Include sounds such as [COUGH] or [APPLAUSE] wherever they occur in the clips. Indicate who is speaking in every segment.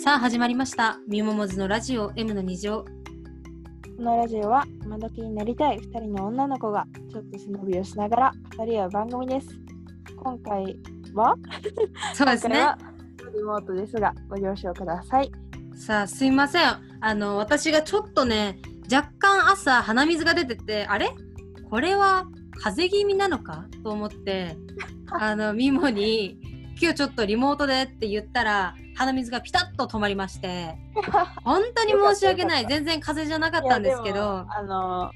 Speaker 1: さあ始まりましたみももずのラジオ M の2乗
Speaker 2: このラジオは今時になりたい2人の女の子がちょっと背伸びをしながら語り合う番組です。今回は
Speaker 1: そうで
Speaker 2: こ
Speaker 1: す
Speaker 2: れ
Speaker 1: ね
Speaker 2: はリモートですがご了承ください。
Speaker 1: さあすいませんあの私がちょっとね若干朝鼻水が出ててあれこれは風邪気味なのかと思って
Speaker 2: [LAUGHS]
Speaker 1: あのみもに今日ちょっとリモートでって言ったら鼻水がピタッと止まりま
Speaker 2: [LAUGHS]
Speaker 1: して本当に申し訳ない全然風邪じゃなかったんですけ
Speaker 2: いや
Speaker 1: ど
Speaker 2: もあの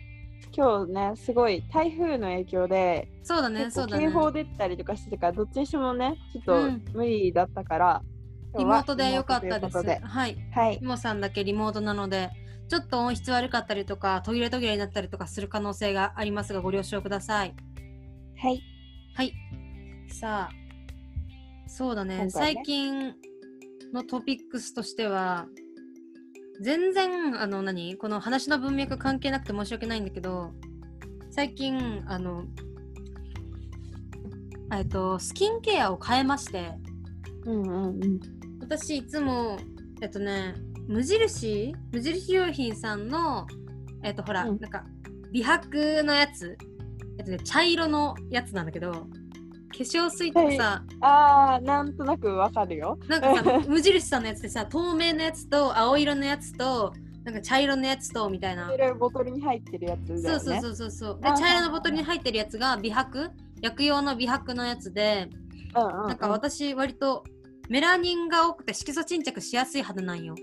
Speaker 2: 今日ねすごい台風の影響で、
Speaker 1: そうだねそ
Speaker 2: 結構
Speaker 1: うだ
Speaker 2: 警
Speaker 1: ね
Speaker 2: 報出てたりとかしてたからどっちにしてもねち
Speaker 1: う
Speaker 2: ょっ
Speaker 1: ん
Speaker 2: と無理だったから、
Speaker 1: リ
Speaker 2: 今日
Speaker 1: モ
Speaker 2: は
Speaker 1: ートでよかったで
Speaker 2: リモート
Speaker 1: す
Speaker 2: というこ
Speaker 1: はい
Speaker 2: とではい
Speaker 1: みもさんだけリモートなのでちょっと音質悪かったりとか途切れ途切れになったりとかする可能性がありますがご了承ください
Speaker 2: はい
Speaker 1: はいさあそうだね
Speaker 2: 今回ね
Speaker 1: 最近のトピックスとしては全然あの何この話の文脈関係なくて申し訳ないんだけど最近あのえっとスキンケアを変えまして
Speaker 2: うんうんうん
Speaker 1: 私いつもえっとね無印無印良品さんのえっとほら、
Speaker 2: うん
Speaker 1: なんか美白のやつえっとね茶色のやつなんだけど化粧水とかさ、
Speaker 2: あーなんとなくわかるよ。
Speaker 1: なんかさ [LAUGHS] 無印さんのやつってさ透明のやつと青色のやつとなんか茶色のやつとみたいな、
Speaker 2: いろいろボトルに入ってるやつだよね。
Speaker 1: そうそうそうそうそうで
Speaker 2: あー
Speaker 1: 茶色のボトルに入ってるやつが美白薬用の美白のやつで
Speaker 2: うんうんうん、
Speaker 1: なんか私割とメラニンが多くて色素沈着しやすい肌なんよ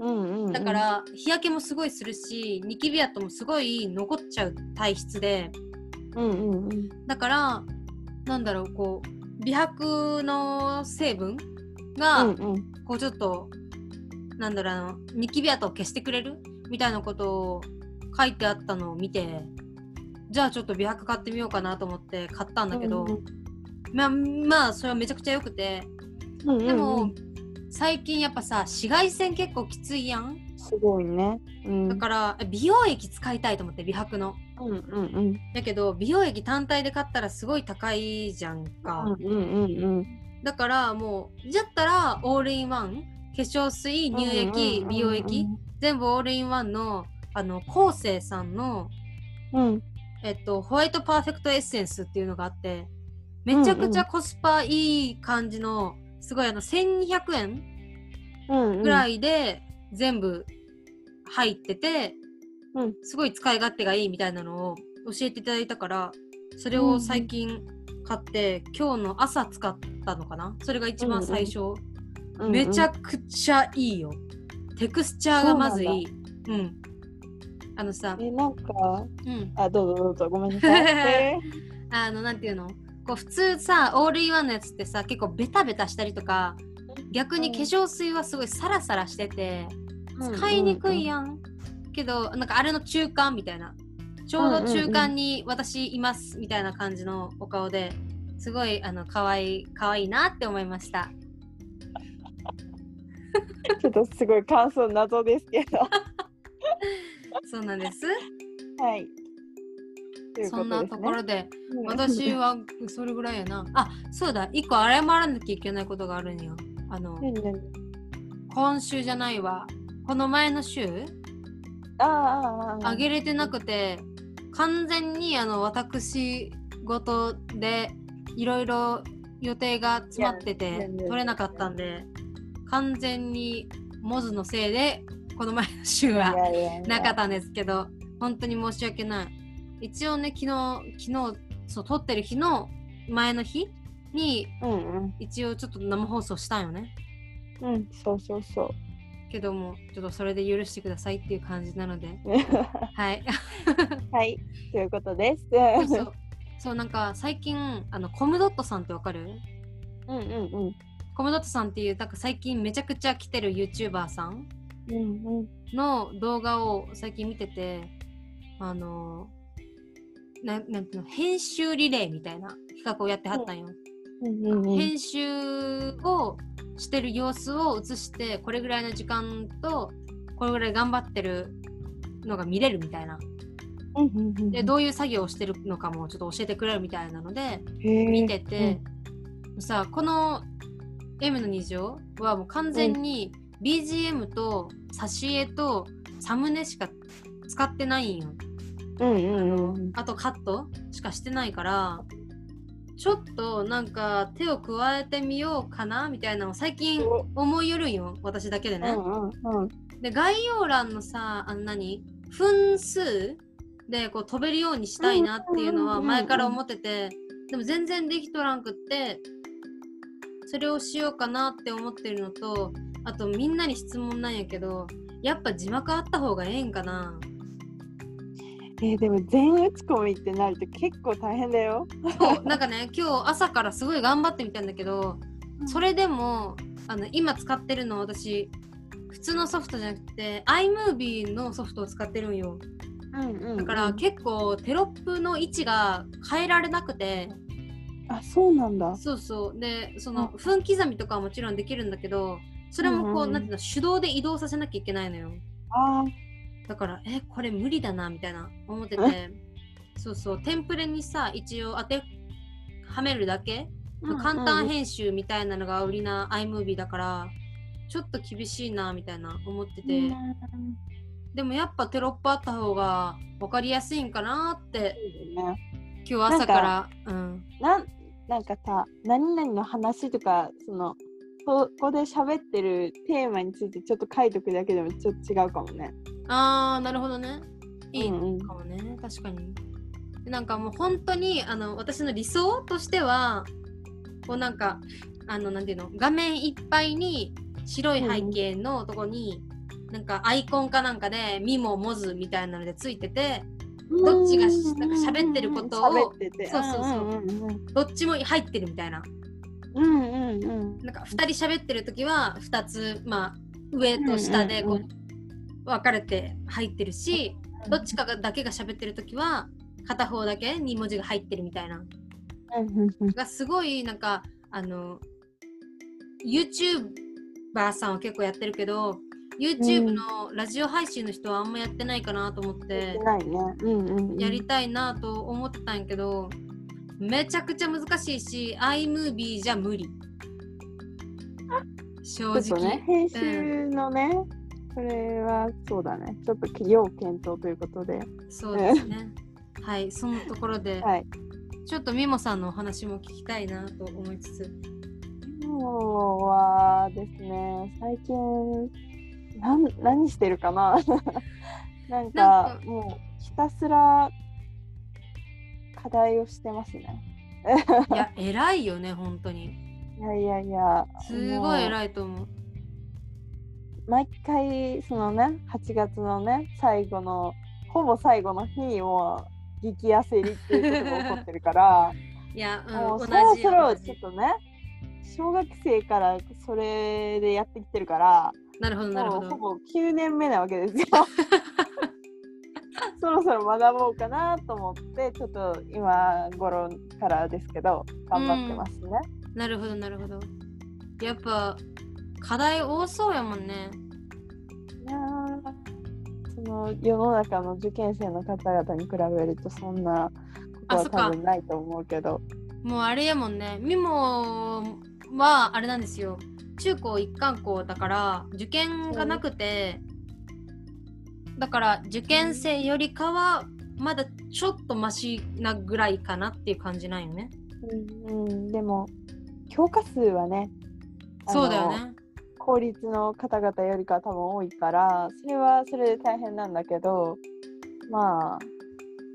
Speaker 2: うんうんうん
Speaker 1: だか、ら日焼けもすごいするしニキビ跡もすごい残っちゃう体質で
Speaker 2: うんうんうん、
Speaker 1: だからなんだろうこう美白の成分が、
Speaker 2: うんうん、
Speaker 1: こうちょっとなんだろうあのニキビ跡を消してくれるみたいなことを書いてあったのを見てじゃあちょっと美白買ってみようかなと思って買ったんだけど、まあまあそれはめちゃくちゃ良くて
Speaker 2: うんうんうん、
Speaker 1: でも、最近やっぱさ紫外線結構きついやん
Speaker 2: すごいね。うん、
Speaker 1: だから美容液使いたいと思って美白の。
Speaker 2: うんうんうん
Speaker 1: だけど美容液単体で買ったらすごい高いじゃんか、
Speaker 2: うんうんうん
Speaker 1: だからもうじゃったらオールインワン化粧水乳液美容
Speaker 2: [LAUGHS]
Speaker 1: 液全部オールインワンのあのコーセーさんの、
Speaker 2: うん
Speaker 1: えっと、ホワイトパーフェクトエッセンスっていうのがあってめちゃくちゃコスパいい感じの、すごいあの1200円
Speaker 2: うん
Speaker 1: ぐら
Speaker 2: い
Speaker 1: いで全部入ってて、
Speaker 2: うん
Speaker 1: すごい使い勝手がいいみたいなのを教えていただいたからそれを最近買って、今日の朝使ったのかなそれが一番最初、めちゃくちゃいいよテクスチャーがまずいいうんあのさ、
Speaker 2: えなんか
Speaker 1: うん、
Speaker 2: あどうぞどうぞごめんなさい。え
Speaker 1: あのなんていうのこう普通さオールインワンのやつってさ結構ベタベタしたりとか逆に化粧水はすごいサラサラしてて、
Speaker 2: ー
Speaker 1: 使いにくいやん。けど、なんかあれの中間みたいな。ちょうど中間に私いますみたいな感じのお顔で、すごいあの可愛い可愛いなって思いました。
Speaker 2: ちょっとすごい感想謎ですけど
Speaker 1: そうなんです。
Speaker 2: はい。という
Speaker 1: そ
Speaker 2: こ
Speaker 1: ん
Speaker 2: と
Speaker 1: な
Speaker 2: です
Speaker 1: と
Speaker 2: ね
Speaker 1: ころで、
Speaker 2: うん
Speaker 1: 私はそれぐらいやな。あ、そうだ、一個謝らなきゃいけないことがあるんよ。あの、
Speaker 2: 何何
Speaker 1: 今週じゃないわ。この前の週、
Speaker 2: ああああ
Speaker 1: あげれてなくて完全にあの私事でいろいろ予定が詰まって
Speaker 2: いや
Speaker 1: て
Speaker 2: 全然
Speaker 1: 取れなかったんで完全にモズのせいでこの前の週はなかったたんですけど本当に申し訳ない一応ね昨日昨日そう撮ってる日の前の日に。
Speaker 2: うんうん
Speaker 1: 一応ちょっと生放送したんよね
Speaker 2: うんそうそうそう。
Speaker 1: けどもちょっとそれで許してくださいっていう感じなので
Speaker 2: [LAUGHS]
Speaker 1: はい
Speaker 2: はい、ということです。
Speaker 1: そうそう [LAUGHS] そうなんか最近あのコムドットさんってわかる
Speaker 2: うんうんうん。
Speaker 1: コムドットさんっていうなんか最近めちゃくちゃ来てる YouTuber さん
Speaker 2: うんうん。
Speaker 1: の動画を最近見ててあのななんていうの編集リレーみたいな企画をやってはったんよ、
Speaker 2: うんうんうん。
Speaker 1: 編集をしてる様子を映してこれぐらいの時間とこれぐらい頑張ってるのが見れるみたいな
Speaker 2: うんうんうん
Speaker 1: でどういう作業をしてるのかもちょっと教えてくれるみたいなので見
Speaker 2: 見
Speaker 1: てて、さこの M の2乗はもう完全に BGM と挿絵とサムネしか使ってないんよ
Speaker 2: うんうんうん。
Speaker 1: あとカットしかしてないからちょっとなんか手を加えてみようかなみたいなのを最近思いよるんよ私だけで
Speaker 2: う
Speaker 1: ね、
Speaker 2: んうんうん。
Speaker 1: で概要欄のさあんなに分数でこう飛べるようにしたいなっていうのは
Speaker 2: うんうんうんうん
Speaker 1: 前から思っててでも全然できとらんくってそれをしようかなって思ってるのとあとみんなに質問なんやけどやっぱ字幕あった方がええんか
Speaker 2: [LAUGHS]
Speaker 1: な
Speaker 2: えーでも全打ち込みってなると結構大変だよ。
Speaker 1: そうなんかね今日朝からすごい頑張ってみたんだけどそれでもあの今使ってるの私普通のソフトじゃなくて iMovie のソフトを使ってるんよ。
Speaker 2: うんうんうん。
Speaker 1: だから結構テロップの位置が変えられなくて
Speaker 2: あそうなんだ。
Speaker 1: そうそうでその分刻みとかはもちろんできるんだけどそれもこう
Speaker 2: う
Speaker 1: ん
Speaker 2: うん
Speaker 1: なんていうの手動で移動させなきゃいけないのよ
Speaker 2: あ
Speaker 1: だからえこれ無理だなみたいな思っててそうそうテンプレにさ一応当てはめるだけ
Speaker 2: あ。
Speaker 1: 簡単
Speaker 2: 変。
Speaker 1: 編集みたいなのが売りな iMovie だからちょっと厳しいなみたいな思ってて
Speaker 2: うん
Speaker 1: でもやっぱテロップあった方が分かりやすいんかなって
Speaker 2: いいよね
Speaker 1: 今日朝からうん
Speaker 2: なんなんかさ何々の話とかそのそこで喋ってるテーマについてちょっと書いとくだけでもちょっと違うかもね。
Speaker 1: あーなるほどねいい
Speaker 2: うんうん
Speaker 1: かもね、確かになんかもう本当にあの私の理想としてはこうなんかあのなんていうの画面いっぱいに白い背景のとこに、なんかアイコンかなんかで「ミモモズ」みたいなのでついててどっちがしなんか喋ってることを
Speaker 2: 喋ってて
Speaker 1: そうそうそうん
Speaker 2: うんうん
Speaker 1: どっちも入ってるみたいな
Speaker 2: うんうんうん
Speaker 1: なんか2人喋ってる時は2つ、まあ、上と下でこう、
Speaker 2: うんうん
Speaker 1: 分かれて入ってるし、どっちかがだけが喋ってる時は片方だけ2文字が入ってるみたいな
Speaker 2: うんうんうん
Speaker 1: がすごいなんかあの YouTuber さんは結構やってるけど YouTube のラジオ配信の人はあんまやってないかなと思っ
Speaker 2: やって
Speaker 1: て
Speaker 2: ないね。うんうんうん
Speaker 1: やりたいなと思ってたんやけどめちゃくちゃ難しいし iMovie じゃ無理正
Speaker 2: ちょっとね
Speaker 1: 直、
Speaker 2: 編集のね、これはそうだねちょっと要検討ということで
Speaker 1: そうですねはいそのところで
Speaker 2: はい
Speaker 1: ちょっとミモさんのお話も聞きたいなと思いつつ
Speaker 2: 今日はですね最近なん何してるかな [LAUGHS] なん
Speaker 1: なん
Speaker 2: かもうひたすら課題をしてますね [LAUGHS]
Speaker 1: いや偉いよね本当に
Speaker 2: いやいやいや
Speaker 1: すごい
Speaker 2: も
Speaker 1: 偉いと思う
Speaker 2: う毎回そのね8月のね最後のほぼ最後の日にもう激焦りっていうことが起こってるから
Speaker 1: いや、 [LAUGHS] うん、
Speaker 2: もう
Speaker 1: 同
Speaker 2: そ
Speaker 1: じ
Speaker 2: ろそろ
Speaker 1: 同
Speaker 2: ちょっ
Speaker 1: じ
Speaker 2: とね小学生からそれでやってきてるから
Speaker 1: なるほどなるほ
Speaker 2: もうほ
Speaker 1: ど
Speaker 2: ぼ9年目なわけ
Speaker 1: [LAUGHS]
Speaker 2: ですよ。そろそろ学ぼうかなと思ってちょっと今頃からですけど頑張ってますね。
Speaker 1: なるほどなるほどやっぱ課題多そうやもんね
Speaker 2: いやーその世の中の受験生の方々に比べるとそんなこと
Speaker 1: あ
Speaker 2: は
Speaker 1: そっか
Speaker 2: 多分ないと思うけど
Speaker 1: もうあれやもんねミモはあれなんですよ中高一貫校だから受験がなくてだから受験生よりかはまだちょっとマシなぐらいかなっていう感じなんよね
Speaker 2: うん、うんでも教科数はねあの
Speaker 1: そうだよね
Speaker 2: 公立の方々よりかは多分多いからそれはそれで大変なんだけどまあ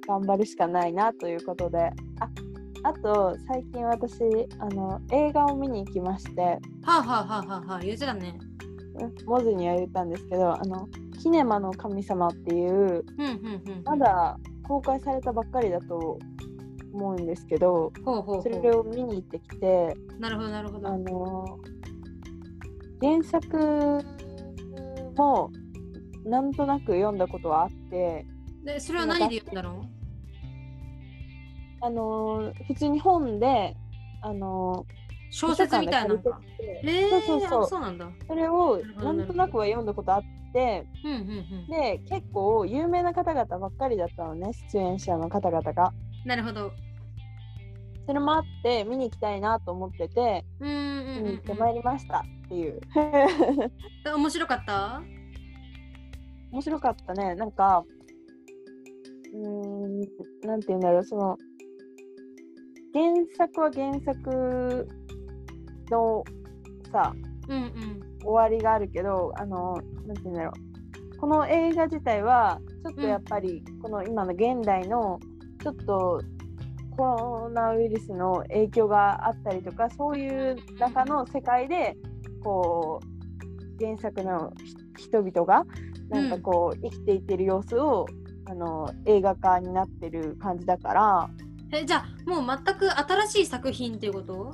Speaker 2: 頑張るしかないなということでああと最近私あの映画を見に行きまして
Speaker 1: はあ、はあはあはあはあ、言うてたね
Speaker 2: うんモズには言ったんですけど「あのキネマの神様」っていう
Speaker 1: うんうんうん
Speaker 2: まだ公開されたばっかりだと思うんですけど
Speaker 1: ほうほう
Speaker 2: それ
Speaker 1: ほ
Speaker 2: を見に行ってきて
Speaker 1: うなるほどなるほど
Speaker 2: あの原作もなんとなく読んだことはあって、
Speaker 1: でそれは何で読んだの
Speaker 2: あの普通に本で、あの
Speaker 1: 小説みたいなの
Speaker 2: 図書
Speaker 1: か
Speaker 2: 館で借りてきて
Speaker 1: えー、
Speaker 2: そうそうそう
Speaker 1: あそうなんだ
Speaker 2: それを
Speaker 1: なるほ
Speaker 2: な
Speaker 1: ど
Speaker 2: んとなくは読んだことあって
Speaker 1: うんうんうん
Speaker 2: で結構有名な方々ばっかりだったのね出演者の方々が。
Speaker 1: なるほど
Speaker 2: それもあって見に行きたいなと思ってて
Speaker 1: うんうん
Speaker 2: 見
Speaker 1: うん
Speaker 2: に行って
Speaker 1: う
Speaker 2: ま
Speaker 1: ん
Speaker 2: いりましたっていう [LAUGHS]
Speaker 1: え面白かった
Speaker 2: 面白かったねなんかうーんなんて言うんだろうその原作は原作のさ
Speaker 1: うんうん
Speaker 2: 終わりがあるけどあのなんて言うんだろうこの映画自体はちょっとやっぱりこの今の現代のちょっとコロナウイルスの影響があったりとかそういう中の世界でこう原作のひ人々がなんかこう生きていってる様子を、あの映画化になってる感じだから
Speaker 1: えじゃあもう全く新しい作品っていうこと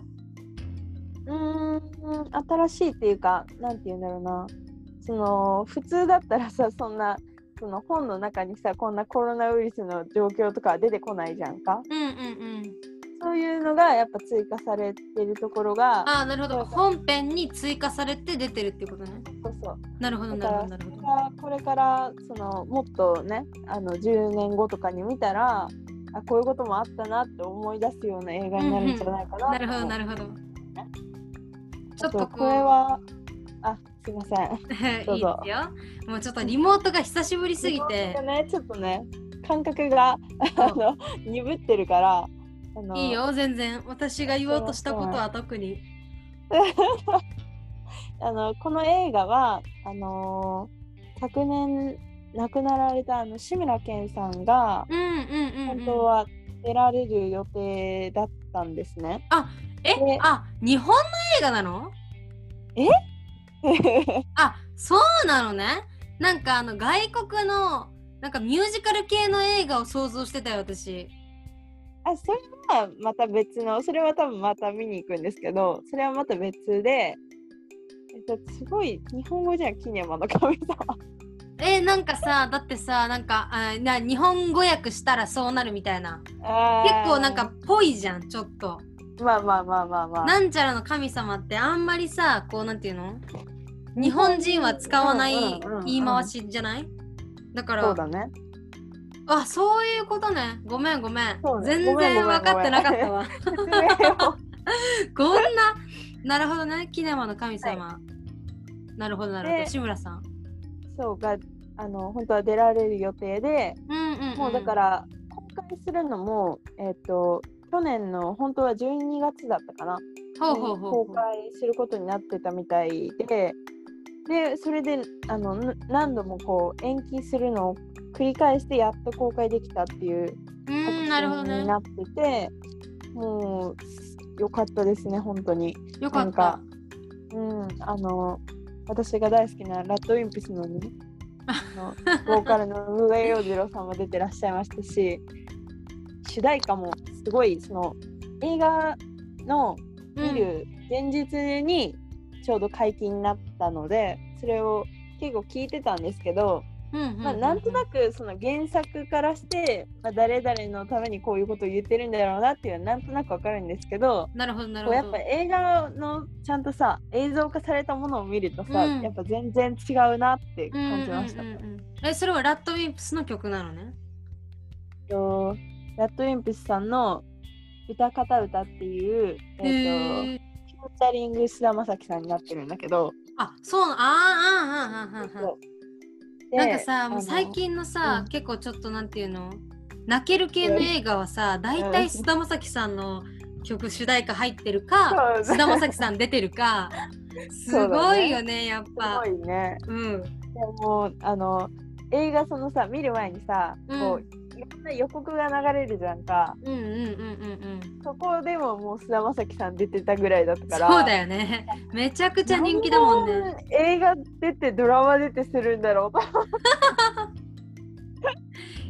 Speaker 2: うーん新しいっていうかなんて言うんだろうなその普通だったらさそんなその本の中にさこんなコロナウイルスの状況とかは出てこないじゃんか
Speaker 1: うんうんうん
Speaker 2: そういうのがやっぱ追加されてるところが
Speaker 1: ああなるほ
Speaker 2: そ
Speaker 1: ど
Speaker 2: うそう
Speaker 1: 本編に追加されて出てるってことね
Speaker 2: そうそう
Speaker 1: なるほど
Speaker 2: だ
Speaker 1: なるほどな
Speaker 2: から
Speaker 1: るほど
Speaker 2: それがこれからそのもっとねあの10年後とかに見たらあこういうこともあったなって思い出すような映画になるんじゃないかな
Speaker 1: なるほどな
Speaker 2: る
Speaker 1: るほどちょっ
Speaker 2: と
Speaker 1: と
Speaker 2: これ
Speaker 1: こ
Speaker 2: はあすいません
Speaker 1: う [LAUGHS] いいで
Speaker 2: どう
Speaker 1: す
Speaker 2: ぞ
Speaker 1: よもうちょっとリモートが久しぶりすぎて
Speaker 2: ね、ちょっとね感覚があの鈍ってるからあの
Speaker 1: いいよ全然私が言おうとしたことは特に
Speaker 2: あのこの映画はあのー昨年亡くなられたあの志村けんさんが
Speaker 1: うんうんうん、うん、
Speaker 2: 本当は出られる予定だったんですね。
Speaker 1: え
Speaker 2: で
Speaker 1: あ日本の映画なの [LAUGHS] あそうなのねなんかあの外国のなんかミュージカル系の映画を想像してたよ私
Speaker 2: あそれはまた別のそれは多分また見に行くんですけどそれはまた別で。えっと、すごい日本語じゃんキネマの神様
Speaker 1: えーなんかさだってさなんかあーな日本語訳したらそうなるみたいな
Speaker 2: 結
Speaker 1: 結構なんかぽいじゃんちょっと
Speaker 2: まあまあまあまあまあ
Speaker 1: なんちゃらの神様ってあんまりさこうなんていうの日本人は使わない
Speaker 2: うんうんうん
Speaker 1: 言い回しじゃないだから
Speaker 2: そうだね
Speaker 1: あそういうことねごめんごめん、
Speaker 2: そうね
Speaker 1: 全
Speaker 2: ごめんごめ
Speaker 1: 然
Speaker 2: ん
Speaker 1: 分かってなかったわ
Speaker 2: 説明を
Speaker 1: [LAUGHS] こんななるほどねキネマの神様、なるほどなるほど
Speaker 2: で
Speaker 1: 志村さん
Speaker 2: そうがあの本当は出られる予定で、
Speaker 1: うんうん、うん、
Speaker 2: もうだから公開するのも、えっと去年の本当は12月だったかな
Speaker 1: ほうほうほうほう
Speaker 2: 公開することになってたみたいででそれであのぬ何度もこう延期するのを繰り返してやっと公開できたっていう
Speaker 1: うーんなるほど
Speaker 2: 形
Speaker 1: ね
Speaker 2: になってて、もうよかったですね本当に。
Speaker 1: よか
Speaker 2: な
Speaker 1: っ
Speaker 2: ん
Speaker 1: た
Speaker 2: かうん、あの私が大好きなラッドウィンプスのね
Speaker 1: [LAUGHS]
Speaker 2: あのボーカルの上田洋次郎さんも出てらっしゃいましたし主題歌もすごいその映画の見る前日にちょうど解禁になったので、それを結構聞いてたんですけど、
Speaker 1: うんうんうんうん
Speaker 2: まあ、なんとなくその原作からして、まあ、誰々のためにこういうことを言ってるんだろうなっていうのはなんとなくわかるんですけど、
Speaker 1: なるほどなる
Speaker 2: こ
Speaker 1: ほ
Speaker 2: う
Speaker 1: ど
Speaker 2: やっぱ映画のちゃんとさ映像化されたものを見るとさ、
Speaker 1: うん
Speaker 2: やっぱ全然違うなって感じました。
Speaker 1: うんうんうんうんえそれはラッドウィンプスの曲なのね
Speaker 2: えっとラッドウィンプスさんの「歌方歌」っていう、えっと
Speaker 1: へー
Speaker 2: フューチャリング菅田将暉さんになってるんだけど、
Speaker 1: あそうなあーあーあーあーあーあ
Speaker 2: そう
Speaker 1: ー
Speaker 2: で
Speaker 1: なんかさ
Speaker 2: あ
Speaker 1: もう
Speaker 2: の
Speaker 1: 最近のさ、
Speaker 2: うん
Speaker 1: 結構ちょっとなんていうの泣ける系の映画はさ大体菅田将暉さんの曲主題歌入ってるか
Speaker 2: そう
Speaker 1: 菅田将暉さん出てるかす
Speaker 2: そうだ
Speaker 1: ご
Speaker 2: ね
Speaker 1: いよねやっぱ
Speaker 2: すごいね
Speaker 1: うん
Speaker 2: でもあの映画そのさ見る前にさ、
Speaker 1: うん
Speaker 2: こういろんな予告が流れるじゃんか
Speaker 1: うんうんうんうんうん
Speaker 2: そこでももう菅田将暉さん出てたぐらいだったから
Speaker 1: そうだよねめちゃくちゃ人気だもんね
Speaker 2: なんで映画出てドラマ出てするんだろうと [LAUGHS]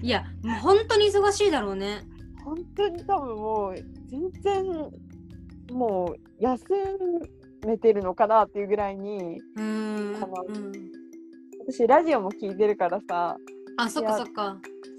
Speaker 1: いやもう本当に忙しいだろうね
Speaker 2: 本当に多分もう全然もう休めてるのかなっていうぐらいに
Speaker 1: うーん
Speaker 2: あの
Speaker 1: うん
Speaker 2: 私ラジオも聞いてるからさ
Speaker 1: あそっかそっか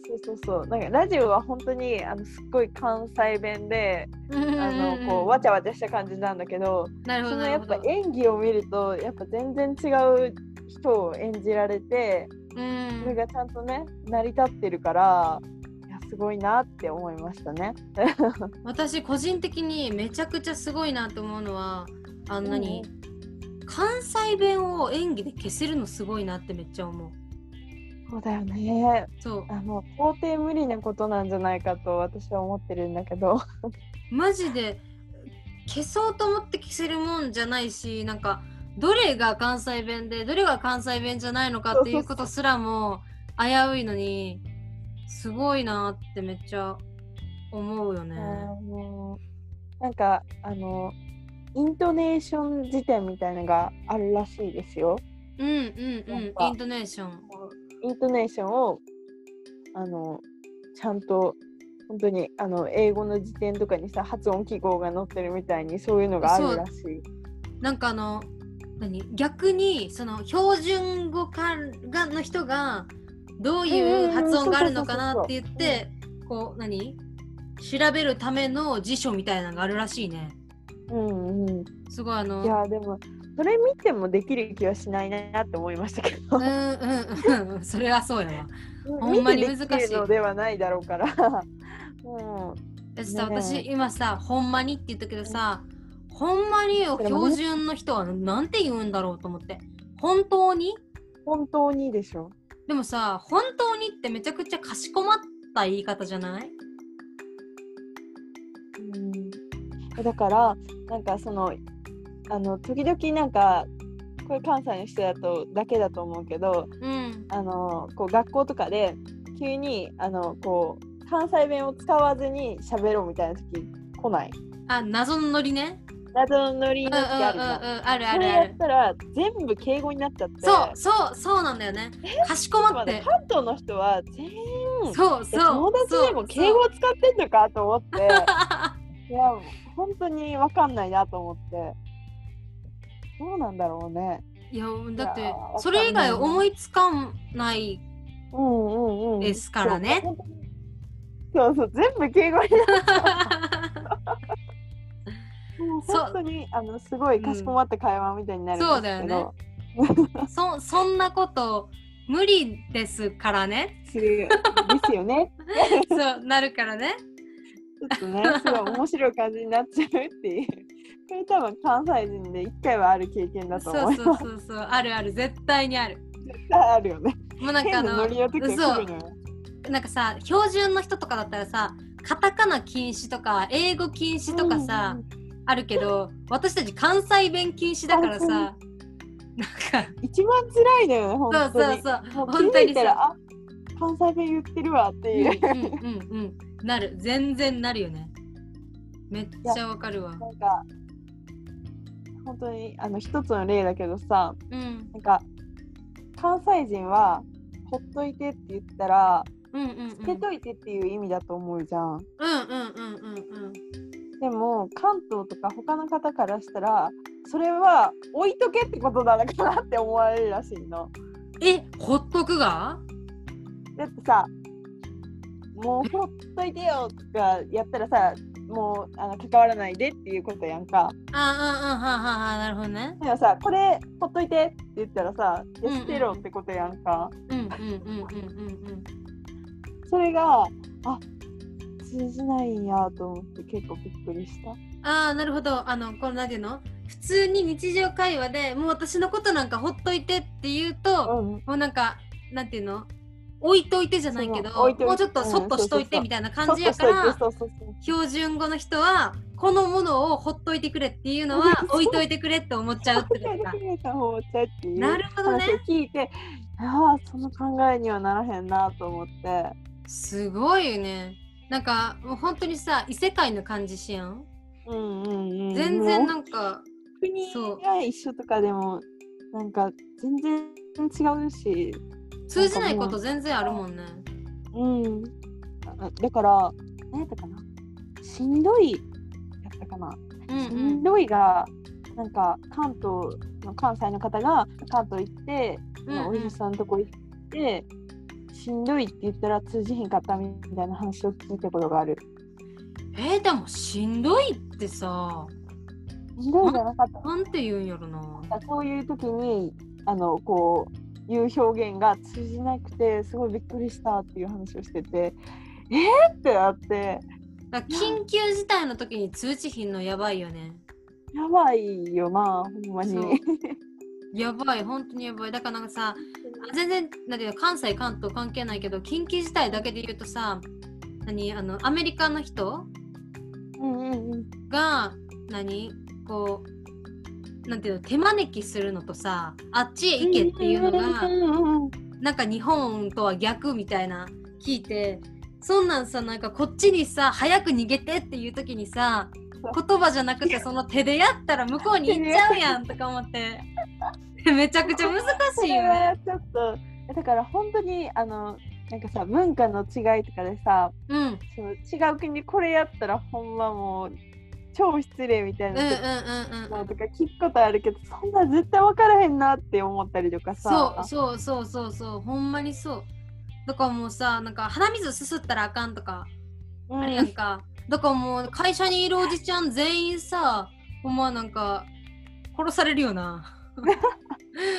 Speaker 2: そうそうそうなんかラジオは本当にあのすっごい関西弁で
Speaker 1: うんうんうん
Speaker 2: あのこうわちゃわちゃした感じなんだけど
Speaker 1: なるほ
Speaker 2: そ
Speaker 1: ど
Speaker 2: の
Speaker 1: な
Speaker 2: や
Speaker 1: る
Speaker 2: っ
Speaker 1: ほ
Speaker 2: ぱ
Speaker 1: ど
Speaker 2: 演技を見るとやっぱ全然違う人を演じられて
Speaker 1: うん
Speaker 2: それがちゃんとね成り立ってるからいやすごいなって思いましたね。 [LAUGHS]
Speaker 1: 私個人的にめちゃくちゃすごいなと思うのはあんなに、関西弁を演技で消せるのすごいなってめっちゃ思う
Speaker 2: そうだよね。
Speaker 1: そう
Speaker 2: あの到底無理なことなんじゃないかと私は思ってるんだけど。
Speaker 1: マジで消そうと思って消せるもんじゃないしなんかどれが関西弁でどれが関西弁じゃないのかっていうことすらも危ういのにすごいなってめっちゃ思うよね。
Speaker 2: あのなんかあのイントネーション辞典みたいのがあるらしいですよ。
Speaker 1: うんうん
Speaker 2: なん
Speaker 1: うん
Speaker 2: か
Speaker 1: イントネーション。
Speaker 2: イントネーションをあのちゃんと本当にあの英語の辞典とかにさ発音記号が載ってるみたいにそういうのがあるらしい。
Speaker 1: なんかあの何逆にその標準語かがの人がどういう発音があるのかなって言ってこう何調べるための辞書みたいなのがあるらしいね。
Speaker 2: うんうん。
Speaker 1: すごいあの
Speaker 2: いやでもそれ見てもできる気はしないなって思いましたけど
Speaker 1: う。
Speaker 2: [LAUGHS]
Speaker 1: んうんうんうん [LAUGHS] それはそうやわ。ほん
Speaker 2: 見
Speaker 1: ま
Speaker 2: て
Speaker 1: に
Speaker 2: で
Speaker 1: 難しい
Speaker 2: きるのではないだろうから。 [LAUGHS] うん。
Speaker 1: だってさ
Speaker 2: ねえ
Speaker 1: 私今さ「ほんまに」って言ったけどさ「ほんまに」を標準の人はなんて言うんだろうと思って「本当に
Speaker 2: 本当にでしょ。」
Speaker 1: でもさ「本当に」ってめちゃくちゃかしこまった言い方じゃない
Speaker 2: うん、だからなんかそのあの時々なんかこれ関西の人だとだけだと思うけど
Speaker 1: うん
Speaker 2: あのこう学校とかで急にあのこう関西弁を使わずに喋ろうみたいな時来ない
Speaker 1: あ謎のノリね
Speaker 2: 謎のノリ
Speaker 1: うん
Speaker 2: の
Speaker 1: うん
Speaker 2: 時
Speaker 1: うんうん
Speaker 2: あるじゃん。
Speaker 1: あるあ
Speaker 2: それ
Speaker 1: る
Speaker 2: や
Speaker 1: あ
Speaker 2: っ
Speaker 1: る
Speaker 2: たら全部敬語になっちゃって
Speaker 1: そうそうそうなんだよねかしこま
Speaker 2: ま
Speaker 1: っ
Speaker 2: あ
Speaker 1: て
Speaker 2: ね関東の人は全員
Speaker 1: そうそう
Speaker 2: 友達でも敬語を使ってんのかと思っていや本当に分かんないなと思ってどうなんだろうね
Speaker 1: [LAUGHS] いやだっ
Speaker 2: い
Speaker 1: て
Speaker 2: やー
Speaker 1: それ以外思いつかんない [LAUGHS]
Speaker 2: うんうんうん
Speaker 1: ですからね
Speaker 2: そう本当にそうそう全部敬語になるもう
Speaker 1: そう
Speaker 2: 本当にあのすごいかしこまった会話みたいになるんですけど、
Speaker 1: うんそそんなこと無理ですから
Speaker 2: [LAUGHS]
Speaker 1: ね
Speaker 2: するですよね
Speaker 1: そうなるからね
Speaker 2: ちょっとねすごい面白い感じになっちゃうっていうこれ多分関西人で一回はある経験だ
Speaker 1: そ
Speaker 2: と思
Speaker 1: う
Speaker 2: い
Speaker 1: そ
Speaker 2: ま
Speaker 1: う
Speaker 2: す
Speaker 1: そうそうあるある絶対にある
Speaker 2: [LAUGHS] あるよね
Speaker 1: もうなん
Speaker 2: 変
Speaker 1: かあ
Speaker 2: なノ
Speaker 1: の
Speaker 2: リの時は来るのよ
Speaker 1: なんかさ標準の人とかだったらさカタカナ禁止とか英語禁止とかさ、
Speaker 2: うんうん
Speaker 1: あるけど私たち関西弁禁止だからさなんか
Speaker 2: うん一番辛いのよね本
Speaker 1: そう
Speaker 2: 当
Speaker 1: そう
Speaker 2: に
Speaker 1: そう
Speaker 2: もう
Speaker 1: 本
Speaker 2: 気
Speaker 1: 当
Speaker 2: づ
Speaker 1: に
Speaker 2: いたら
Speaker 1: さ
Speaker 2: あ関西弁言ってるわって
Speaker 1: うんうん
Speaker 2: いうう、
Speaker 1: んうんなる全然なるよねめっちゃわかるわ
Speaker 2: なんか本当にあの一つの例だけどさ
Speaker 1: うん
Speaker 2: なんか関西人はほっといてって言ったら
Speaker 1: うんうんうん
Speaker 2: 捨てといてっていう意味だと思うじゃ
Speaker 1: う
Speaker 2: ん、
Speaker 1: んうんうんうんうん
Speaker 2: でも関東とか他の方からしたらそれは置いとけってことなのかなって思われるらしいの
Speaker 1: えほっとくが
Speaker 2: だってさもうほっといてよとかやったらさもうあの関わらないでっていうことやんか
Speaker 1: あああはははなるほどね
Speaker 2: でもさこれほっといてって言ったらさいや
Speaker 1: うんうん
Speaker 2: 捨てろってことやんか、
Speaker 1: うんうんうんうん
Speaker 2: それがあ通じないんやと思って結構びっくりした。
Speaker 1: うんああなるほどあのこのなんていうの普通に日常会話でもう私のことなんかほっといてって言うと、
Speaker 2: うん
Speaker 1: もうなんかなんていうの置いといてじゃないけど
Speaker 2: そう置いといて
Speaker 1: もうちょっとそっとしといてみたいな感じやから、
Speaker 2: そうそうそう
Speaker 1: 標準語の人はこのものをほっといてくれっていう
Speaker 2: [LAUGHS]
Speaker 1: のは置いといてくれって思っちゃうってことか
Speaker 2: そう。た方をちゃっていう
Speaker 1: なるほどね
Speaker 2: 話を聞いて、ああその考えにはならへんなと思って。
Speaker 1: すごいよねなんかもう本当にさ異世界の感じしやん
Speaker 2: うんうんうん。
Speaker 1: 全然
Speaker 2: も
Speaker 1: なんか
Speaker 2: う国が一緒とかでもなんか全然違うし、
Speaker 1: 通じないこと全然あるもんね
Speaker 2: うん。あだから何やったかな。しんどいやったかな。
Speaker 1: うん
Speaker 2: し
Speaker 1: うん
Speaker 2: んどいがなんか関東の関西の方が関東行って、
Speaker 1: うんうん
Speaker 2: お医者さんのとこ行ってしんどいって言ったら通じへんかったみたいな話を聞いたことがある
Speaker 1: えー、でもしんどいってさ
Speaker 2: しんどいじゃなかった
Speaker 1: なんて言うんやろな
Speaker 2: そういう時にあのこういう表現が通じなくてすごいびっくりしたっていう話をしててってなって
Speaker 1: だから緊急事態の時に通知頻のやばいよね。
Speaker 2: やばいよなほんまに
Speaker 1: そうやばい、本当にやばい。だからなんかさ、あ全然なんていうの関西、関東関係ないけど、緊急事態だけで言うとさ、何あのアメリカの人
Speaker 2: うんうんうん
Speaker 1: が何こうなんていうの手招きするのとさあっちへ行けっていうの
Speaker 2: う
Speaker 1: が
Speaker 2: んうんうん
Speaker 1: なんか日本とは逆みたいな聞いてそんなんさなんかこっちにさ早く逃げてっていう時にさ言葉じゃなくてその手でやったら向こうに行っちゃうやんとか思って [LAUGHS] めちゃくちゃ難
Speaker 2: そ
Speaker 1: しい
Speaker 2: れ
Speaker 1: よね。
Speaker 2: はちょっとだから本当にあのなんかさ文化の違いとかでさ
Speaker 1: うん、うん
Speaker 2: その違う国でこれやったらほんまもう超失礼みたい
Speaker 1: うんうんう
Speaker 2: な
Speaker 1: んう
Speaker 2: の
Speaker 1: ん
Speaker 2: とか聞くことあるけどそんな絶対分からへんなって思ったりとか
Speaker 1: そ
Speaker 2: さ
Speaker 1: うそうそうそうそうほんまにそうだからもうさなんか鼻水すすったらあかんとか
Speaker 2: うん
Speaker 1: あれやんか。だからもう会社にいるおじちゃん全員さ、ほんまなんか殺されるよな。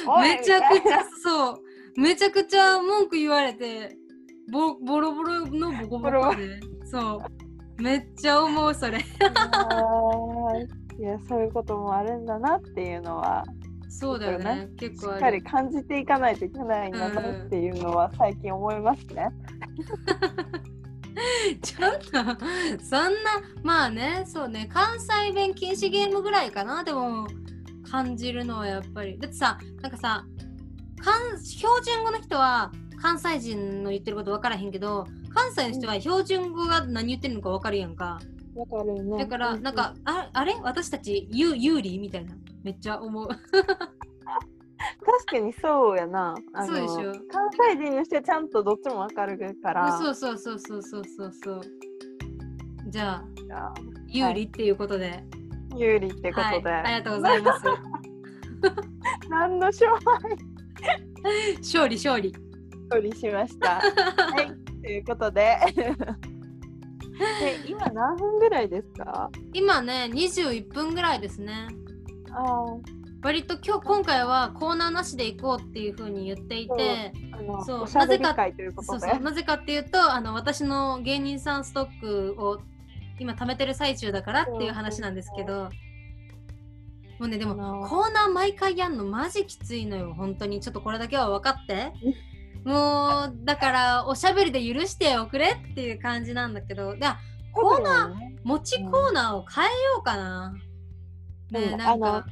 Speaker 2: おい
Speaker 1: めちゃくちゃそう。めちゃくちゃ文句言われて、ボボロボロのボコボコで。そう。めっちゃ思うそれ。
Speaker 2: いやそういうこともあるんだなっていうのは
Speaker 1: そうだよ
Speaker 2: そうだよ
Speaker 1: ね。結
Speaker 2: し
Speaker 1: 構
Speaker 2: っ
Speaker 1: あ
Speaker 2: かり
Speaker 1: る。
Speaker 2: 感じていかないといけないんだなっていうのは最近思いますね。
Speaker 1: ちょっと、そんな、まあね、そうね、関西弁禁止ゲームぐらいかな、でも、感じるのはやっぱり。だってさ、なんかさ、関標準語の人は関西人の言ってること分からへんけど、関西の人は標準語が何言ってるのか分かるやんか。
Speaker 2: わかるね
Speaker 1: だから、なんか、ああれ私たち有有利みたいな。めっちゃ思う。
Speaker 2: 確かにそうやな。あの
Speaker 1: そうでしょ
Speaker 2: 関西人にしてはちゃんとどっちもわかるから。
Speaker 1: [LAUGHS] そうそうそうそうそうそうそう。じゃあ、
Speaker 2: あ
Speaker 1: 有利っていうことで。はい、
Speaker 2: 有利ってことで。
Speaker 1: ありがとうござい [LAUGHS] ます。
Speaker 2: 何の勝
Speaker 1: 勝利勝利。
Speaker 2: 利し
Speaker 1: [LAUGHS]
Speaker 2: ました。はい。ということで。え今何分ぐらいですか？
Speaker 1: 今ね21分ぐらいですね
Speaker 2: ああ、
Speaker 1: 割と今日今回はコーナーなしで行こうっていう風に言っていて
Speaker 2: あの
Speaker 1: そう
Speaker 2: おしゃべり
Speaker 1: なぜか
Speaker 2: 会というこ
Speaker 1: そ
Speaker 2: と
Speaker 1: う
Speaker 2: で。
Speaker 1: そうなぜかっていうとあの私の芸人さんストックを今貯めてる最中だからっていう話なんですけどもうねで
Speaker 2: あ
Speaker 1: も
Speaker 2: の
Speaker 1: コーナー毎回やんのマジきついのよ本当にちょっとこれだけは分かってもうだからおしゃべりで許しておくれっていう感じなんだけどいやコーナー
Speaker 2: ー。
Speaker 1: 持ちコーナーを変えようかな、ね
Speaker 2: う
Speaker 1: え
Speaker 2: ん
Speaker 1: なん
Speaker 2: あ
Speaker 1: か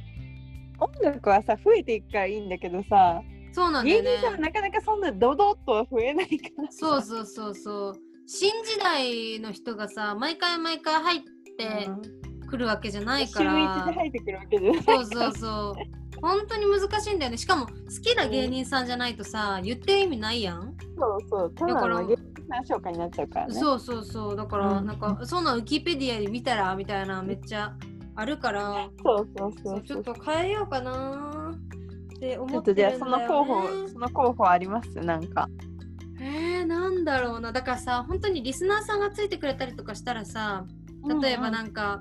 Speaker 2: 音楽はさ増えていくからいいんだけどさ、
Speaker 1: そうなんだ
Speaker 2: 芸
Speaker 1: よ
Speaker 2: 人さんは
Speaker 1: ね
Speaker 2: なかなかそんなドドッとは増えないから。
Speaker 1: そうそうそうそう新時代の人がさ毎回毎回入って
Speaker 2: うん
Speaker 1: くるわけじゃないか
Speaker 2: 週一
Speaker 1: ら
Speaker 2: で、入ってくるわけじゃない。
Speaker 1: そうそうそう本当に難しいんだよねしかも好きな芸人さんじゃないとさ言ってる意味ないやん、
Speaker 2: そうそう、ただ
Speaker 1: だから
Speaker 2: の芸人さん紹介になっちゃうからね。
Speaker 1: そうそうそうだから
Speaker 2: うん
Speaker 1: なんか、そんなんウィキペディアで見たらみたいなめっちゃあるから
Speaker 2: そうそうそ
Speaker 1: そう
Speaker 2: う
Speaker 1: ち
Speaker 2: そ
Speaker 1: ょっ
Speaker 2: う。
Speaker 1: と変えようかなって
Speaker 2: ちょ
Speaker 1: 思
Speaker 2: っ
Speaker 1: って
Speaker 2: とじゃあ
Speaker 1: るん
Speaker 2: そ
Speaker 1: だ
Speaker 2: の
Speaker 1: よ
Speaker 2: 候
Speaker 1: ね
Speaker 2: 補その候補ありますなんか。
Speaker 1: えー、なんだろうなだからさ本当にリスナーさんがついてくれたりとかしたらさ例えばなんか、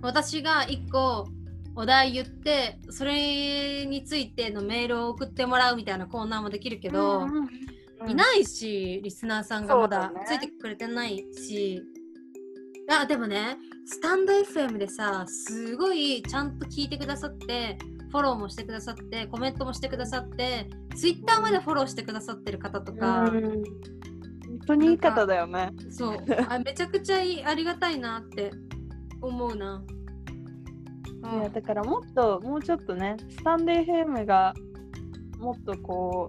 Speaker 1: 私が1個お題言ってそれについてのメールを送ってもらうみたいなコーナーもできるけど、い
Speaker 2: い。
Speaker 1: ないしリスナーさんがまだ
Speaker 2: そうだね
Speaker 1: ついてくれてないし、あでもねスタンド FM でさすごいちゃんと聞いてくださってフォローもしてくださってコメントもしてくださってツイッターまでフォローしてくださってる方とか。
Speaker 2: うん本当にいい方だよね。
Speaker 1: そうあめちゃくちゃいいありがたいなって思うな。
Speaker 2: いやだからもっともうちょっとねスタンデーフェームがもっとこ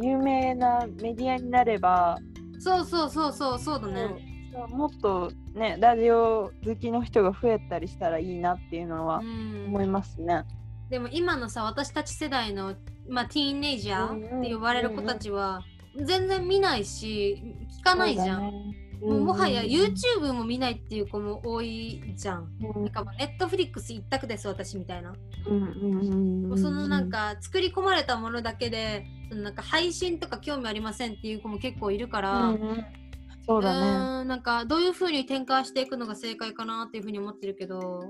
Speaker 2: う有名なメディアになれば、
Speaker 1: そうそうそうそうそうだね。
Speaker 2: そうもっとねラジオ好きの人が増えたりしたらいいなっていうのは
Speaker 1: うん
Speaker 2: 思いますね。
Speaker 1: でも今のさ私たち世代の、まあ、ティーンエイジャーって呼ばれる子たちは全然見ないし聞かないじゃん。
Speaker 2: そうだね。
Speaker 1: もうもはや
Speaker 2: うん
Speaker 1: YouTube も見ないっていう子も多いじゃん。
Speaker 2: うん
Speaker 1: なんかもう Netflix 一択です私みたいな。
Speaker 2: うん
Speaker 1: もうそのなんか作り込まれたものだけでそのなんか配信とか興味ありませんっていう子も結構いるから。
Speaker 2: そうだね
Speaker 1: ーんなんかどういう風に展開していくのが正解かなっていう風に思ってるけど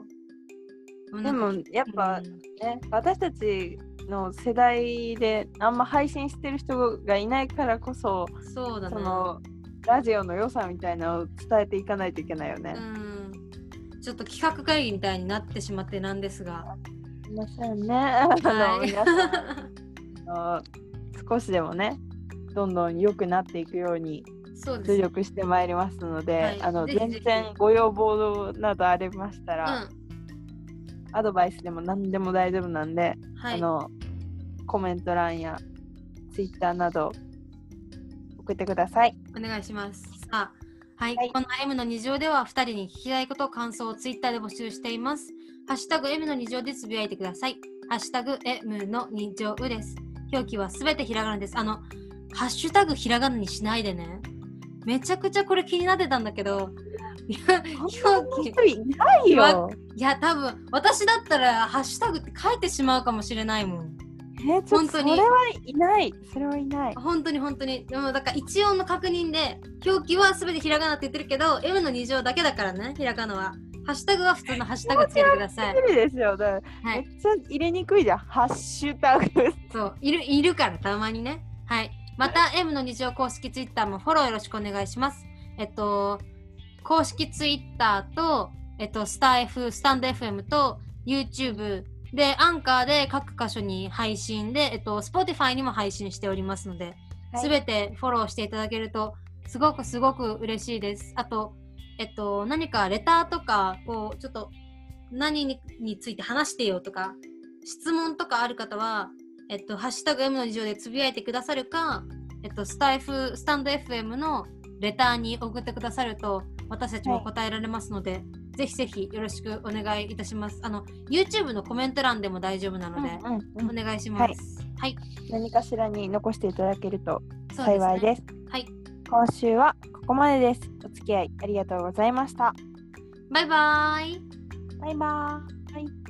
Speaker 2: でもやっぱ
Speaker 1: う
Speaker 2: ね
Speaker 1: ん
Speaker 2: 私たちの世代であんま配信してる人がいないからこそ
Speaker 1: そうだ
Speaker 2: そ
Speaker 1: ね
Speaker 2: のラジオの良さみたいなのを伝えていかないといけないよね
Speaker 1: う。んちょっと企画会議みたいになってしまってなんですが、
Speaker 2: すいませんね。 [LAUGHS] あの
Speaker 1: はい
Speaker 2: 皆さんあの少しでもね、どんどん良くなっていくように
Speaker 1: [LAUGHS] そうです
Speaker 2: 努
Speaker 1: ね。
Speaker 2: 力してまいりますので、
Speaker 1: はい
Speaker 2: あの
Speaker 1: ぜひぜ
Speaker 2: 全
Speaker 1: ひ
Speaker 2: 然ご要望などありました
Speaker 1: う
Speaker 2: ら、
Speaker 1: ん、
Speaker 2: アドバイスでも何でも大丈夫なんで、
Speaker 1: は
Speaker 2: あ
Speaker 1: い、
Speaker 2: のコメント欄やツイッターなど送ってください。
Speaker 1: お願いします。さあ、はい、
Speaker 2: はい
Speaker 1: この M の二乗では二人に聞きたいこと、感想をツイッターで募集しています。ハッシュタグ M の二乗でつぶやいてください。ハッシュタグ M の二乗です。表記はすべてひらがなです。あの、ハッシュタグひらがなにしないでね。めちゃくちゃこれ気になってたんだけど、いや表記。
Speaker 2: 人いないよ。
Speaker 1: いや、多分私だったらハッシュタグって書いてしまうかもしれないもん。
Speaker 2: えーちょっ
Speaker 1: 本
Speaker 2: と
Speaker 1: 当
Speaker 2: そ
Speaker 1: に
Speaker 2: れはいない。それはいない。
Speaker 1: 本当に本当にでもだから一音の確認で表記は全てひらがなって言ってるけど M の二乗だけだからねひらがなはハッシュタグは普通のハッシュタグつけてください
Speaker 2: 無理ですよ。だから
Speaker 1: はい
Speaker 2: めっちゃ入れにくいじゃん。ハッシュタグ。
Speaker 1: そういるいるからたまにねはいまた M の二乗公式ツイッターもフォローよろしくお願いしますえっと公式ツイッターとえっとスター F スタンド FM と YouTube でアンカーで各箇所に配信でえっと Spotify にも配信しておりますのですすべてフォローしていただけるとすごくすごく嬉しいです。あと、えっと、何かレターとかこうちょっと何にについて話してよとか質問とかある方は「えっと、ハッシュタグ #M の二乗」でつぶやいてくださるか、えっと、スタイフスタンド FM のレターに送ってくださると私たちも答えられますので、ぜひぜひよろしくお願いいたします。あの YouTube のコメント欄でも大丈夫なので、
Speaker 2: うんうんうん
Speaker 1: お願いします。はい、
Speaker 2: 何かしらに残していただけると
Speaker 1: そうですね
Speaker 2: 幸いです。
Speaker 1: はい、
Speaker 2: 今週はここまでです。お付き合いありがとうございました。
Speaker 1: バイバーイ
Speaker 2: バイバーイ。